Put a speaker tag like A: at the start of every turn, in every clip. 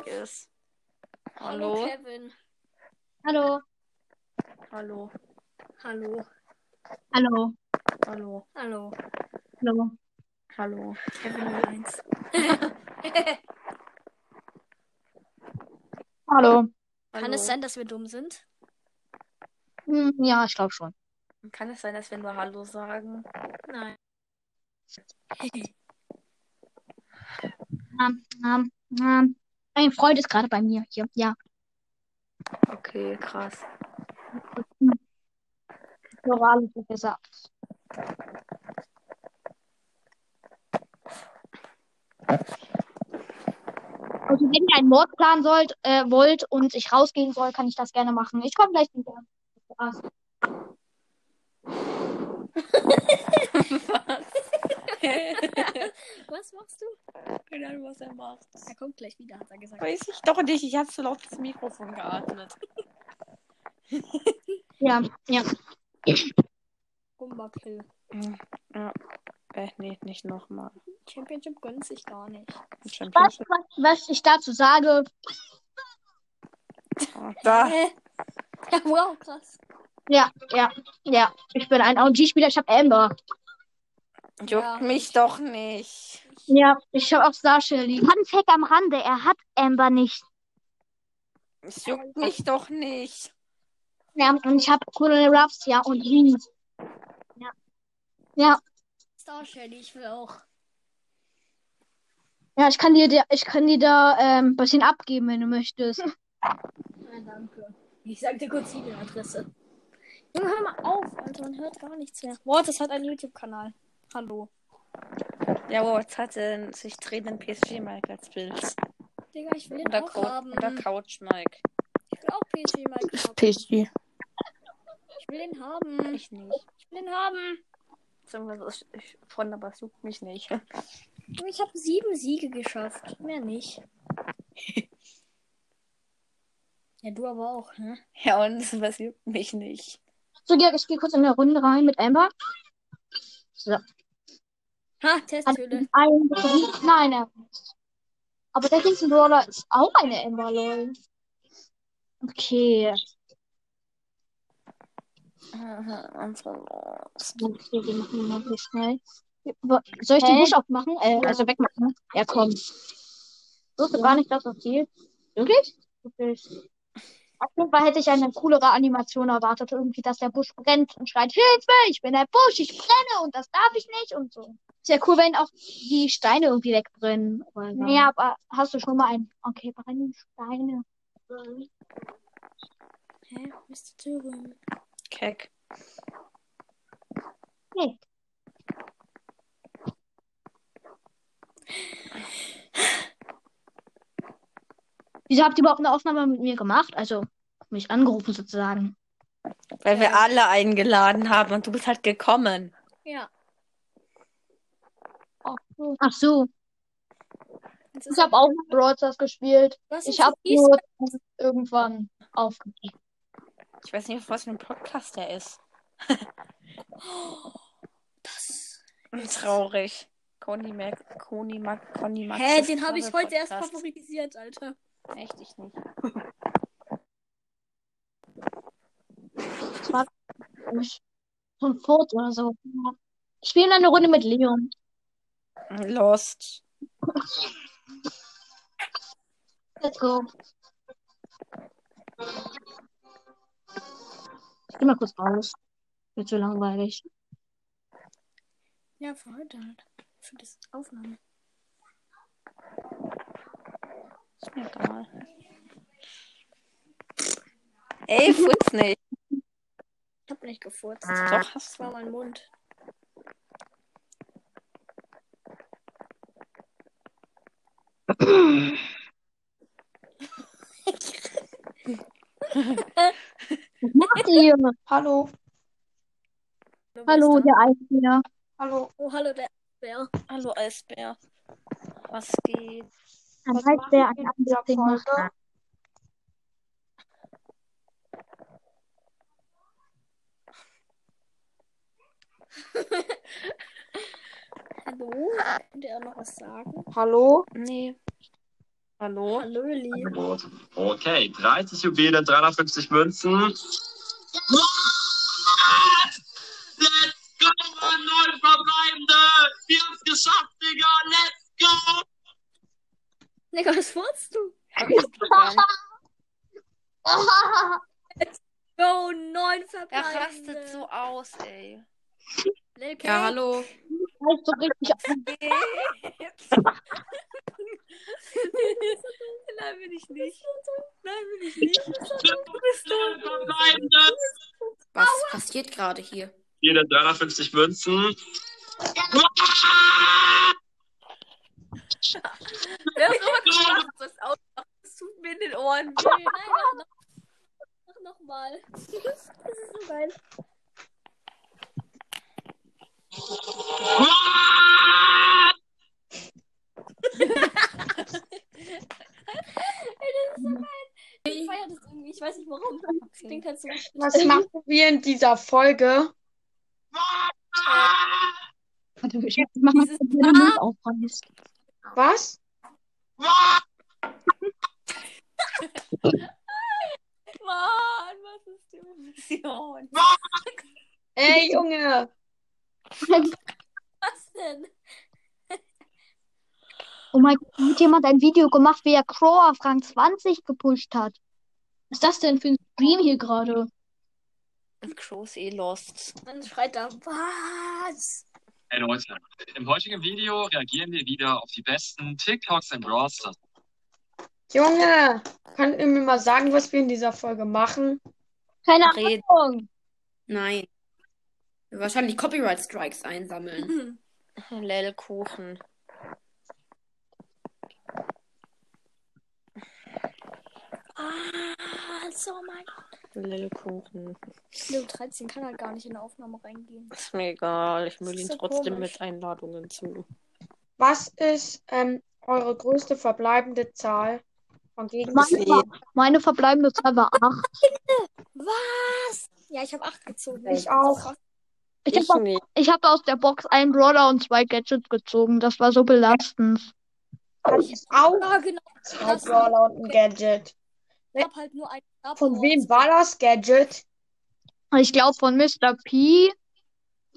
A: ist.
B: Hallo,
A: Hallo?
B: Kevin.
C: Hallo.
A: Hallo.
B: Hallo.
C: Hallo.
A: Hallo.
B: Hallo.
C: Hallo.
A: Hallo.
B: Kevin 01.
C: Hallo.
B: Kann es sein, dass wir dumm sind?
C: Hm, ja, ich glaube schon.
A: Kann es sein, dass wir nur Hallo sagen?
B: Nein.
C: Ähm, ähm, ähm. Ein Freund ist gerade bei mir hier. Ja.
A: Okay, krass.
C: Ich höre alles, was er sagt. Also, wenn ihr einen Mord planen sollt, äh, wollt und ich rausgehen soll, kann ich das gerne machen. Ich komme gleich wieder. Spaß.
B: Was machst du?
A: Keine Ahnung, was er macht.
B: Er kommt gleich wieder, hat er gesagt.
A: Weiß ich doch nicht. Ich habe zu laut ins Mikrofon geatmet.
C: Ja, ja.
B: Rumbackhill.
A: Ja. Äh, nee, nicht nochmal.
B: Championship gönnt sich gar nicht.
C: Was, was, was ich dazu sage,
A: Da.
B: Hä? Ja, wow, krass.
C: ja, ja, ja. Ich bin ein OG-Spieler, ich habe Amber.
A: Juckt
B: Ja.
A: mich doch nicht.
C: Ja, ich habe auch Starshell liegen. Handhack am Rande, er hat Amber nicht.
A: Es juckt mich doch nicht.
C: Ja, und ich habe Colonel Ruffs, ja, und ihn. Ja. Ja,
B: Star Shady, ich will auch.
C: ja, ich kann dir, da- ich kann dir da ähm, ein bisschen abgeben, wenn du möchtest.
B: Na, danke. Ich sag dir kurz die E-Mail-Adresse. Junge, hör mal auf, Alter, man hört gar nichts mehr. Wow, das hat einen YouTube-Kanal. Hallo.
A: Ja, wow, jetzt hat er sich drehenden PSG-Mike als Bild.
B: Digga, ich will den
A: Oder,
B: auch
A: Cou-
B: haben.
A: oder Couch-Mike.
B: Ich will auch PSG Mike haben.
A: PSG.
B: Ich will den haben.
A: Ich nicht.
B: Ich will den haben.
A: Beziehungsweise ich von, aber es juckt mich nicht.
B: Junge, Ich habe sieben Siege geschafft. Mehr nicht. ja, du aber auch, ne?
A: Ja, und was juckt mich nicht.
C: So, Georg, ich gehe kurz in eine Runde rein mit Amber. So.
B: Ha,
C: Hat
B: Testhöhle.
C: einen besiegt? Nein, er nicht. Aber der Kingston Brawler ist auch eine Amber, lol. Okay.
A: Und
B: also,
A: so.
C: Okay, wir machen mal hier schnell. Wo- Soll ich den Busch aufmachen? Äh, also wegmachen? Ja, komm. Wusste gar nicht, dass das viel. Wirklich? Wirklich. Auf jeden Fall hätte ich eine coolere Animation erwartet. Irgendwie, dass der Busch brennt und schreit, Hilfe, ich bin der Busch, ich brenne und das darf ich nicht und so. Ist ja cool, wenn auch die Steine irgendwie wegbrennen.
A: Naja.
C: Naja, aber hast du schon mal einen? Okay, brennen Steine.
B: Hä? Mr. Thüringen.
A: Keck.
C: Nee. Wieso habt ihr überhaupt eine Aufnahme mit mir gemacht? Also mich angerufen sozusagen.
A: Weil wir
B: Ja.
A: alle eingeladen haben und du bist halt gekommen.
B: Ja.
C: Ach so,
B: Das
C: ich habe auch noch Brawl Stars gespielt.
B: was
C: Ich
B: ist
C: habe
B: dies?
C: nur irgendwann aufgegeben.
A: Ich weiß nicht, auf was für ein Podcast der ist.
B: Das-
A: Traurig. Conny Mac, Conny Mac, Conny Mac.
B: Hä, den habe ich heute erst favorisiert, Alter.
A: Echt, ich nicht.
C: Von Furt oder so. Ich spiele eine Runde mit Leon.
B: Hm,
A: Lost.
C: Let's go. Ich geh mal kurz raus. Wird so langweilig.
B: Ja, für heute halt. Für das Aufnahme.
A: Ist mir egal. Ey, futz nicht.
B: Ich hab nicht gefurzt.
C: Ah.
A: Doch, hast
B: Das
A: du.
B: war mein Mund.
C: Was macht ihr?
D: Hallo,
C: Hallo,
B: Bist du?
C: der Eisbär.
D: hallo.
B: Oh, hallo, der Bär.
A: Hallo, Eisbär. Was geht?
C: Ein
D: Was
C: Eisbär,
D: machen
C: ein
D: wir in dieser
C: Eisbär.
D: Folge?
B: Hallo? Könnte er noch was sagen?
D: Hallo,
A: Nee. Hallo?
B: Hallo, ihr Lieben.
D: Angebot. Okay, 30 Juwelen, 350 Münzen. Let's go, neun verbleibende. Wir haben es geschafft, Digga. Let's go.
B: Digga, was wolltest du?
A: Hab ich gefallen.
B: Go, Oh, neun
A: Er
B: verbleibende.
A: rastet so aus, ey.
B: Lil
E: Ja,
B: Cake.
E: hallo.
C: Halt so richtig auf.
A: Nein, bin ich nicht. Nein, bin ich nicht. Du bist
D: Neun verbleibende.
E: Was passiert gerade hier?
D: Jeder 350 Münzen.
A: Der ist immer krass, das Auto. Das tut mir in den Ohren weh.
B: Nein, mach noch. Mach noch mal. Das ist so geil. Ich feier das irgendwie. Ich weiß nicht warum. Das klingt halt so.
F: Was machen wir in dieser Folge?
C: Warte, ich mach mal,
B: Dieses
C: wenn du den Mund aufreißt.
F: Was?
B: Mann, was ist denn?
A: Mission.
F: Ey, Junge!
B: Was denn?
C: Oh mein Gott, da hat jemand ein Video gemacht, wie er Crow auf Rang 20 gepusht hat. Was ist das denn für ein Stream hier gerade?
A: Und Crows eh lost.
B: Man schreit da. Was?
D: Hey Leute, im heutigen Video reagieren wir wieder auf die besten TikToks im Brawl Stars.
F: Junge! Könnt ihr mir mal sagen, was wir in dieser Folge machen?
C: Keine
A: Red.
C: Ahnung.
E: Nein. Wahrscheinlich Copyright Strikes einsammeln.
A: Lel Kuchen.
B: Ah, so mein Gott.
A: Lel Kuchen.
B: Leo 13 kann halt gar nicht in die Aufnahme reingehen.
A: Ist mir egal. Ich müll
B: Das
A: ihn
B: ist so
A: trotzdem
B: komisch.
A: mit Einladungen zu.
F: Was ist ähm, eure größte verbleibende Zahl von
C: Meine,
F: Gegenständen?
C: war, meine verbleibende Zahl war 8.
B: Was? Ja, ich habe 8 gezogen.
F: Ich auch.
C: Ich habe aus,
A: nicht.
C: ich hab aus der Box einen Brawler und zwei Gadgets gezogen. Das war so belastend.
F: Auch
B: Ah, genau.
F: zwei Brawler und ein Gadget.
B: Ich hab halt nur einen. Star
F: Von
B: Power.
F: wem war das Gadget?
C: Ich glaube von Mr. P,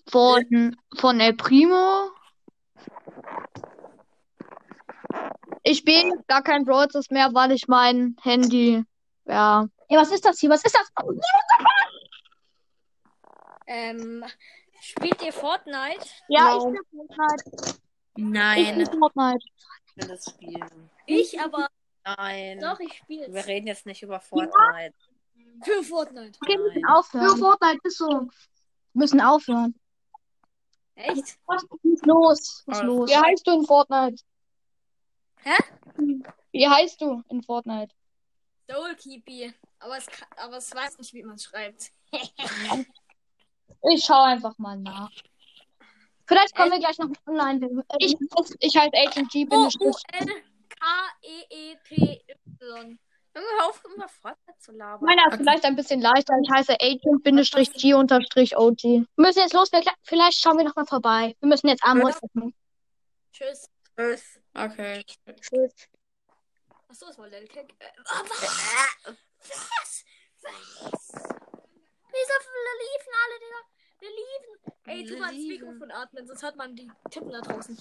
C: von, von El Primo. Ich spiele gar kein Brawl Stars mehr, weil ich mein Handy. Ja. Ey, was ist das hier? Was ist das? Oh,
B: Ähm, spielt ihr Fortnite?
C: Ja, ich
F: Nein.
C: spiele Fortnite. Ich
E: Nein,
C: spiele Fortnite.
A: Ich will das spielen.
B: Ich aber.
A: Nein.
B: Doch, ich spiele
A: Wir reden jetzt nicht über Fortnite.
B: Für Fortnite.
C: Okay, wir müssen
A: Nein.
C: aufhören. Für Fortnite ist so. Wir müssen aufhören.
B: Echt?
C: Was ist los? Was ist
A: Alles
C: los?
F: Wie
C: heißt du in Fortnite?
B: Hä?
C: Wie heißt du in Fortnite?
B: Soulkeepy. Aber es, kann, aber es weiß nicht, wie man schreibt.
C: Ich schaue einfach mal nach. Vielleicht kommen wir gleich noch online. Ich, ich heiße ATG, bin ich
B: E O-U-L-K-E-E-P-Y.
A: Junge, hör auf, immer Fortnite zu labern.
C: Meiner ist vielleicht ein bisschen leichter. Ich heiße Agent-G-OG. Wir müssen jetzt los. Wir, vielleicht schauen wir nochmal vorbei. Wir müssen jetzt Armbrust gucken.
B: Tschüss.
E: Earth. Okay.
B: Achso, es war Lil Kick. Äh, oh, was? Was? Was? Wieso liefen alle, Digga? Wir liefen. Ey, tu mal ins
A: Liefen.
B: Mikrofon atmen, sonst hört man die Tippen da draußen.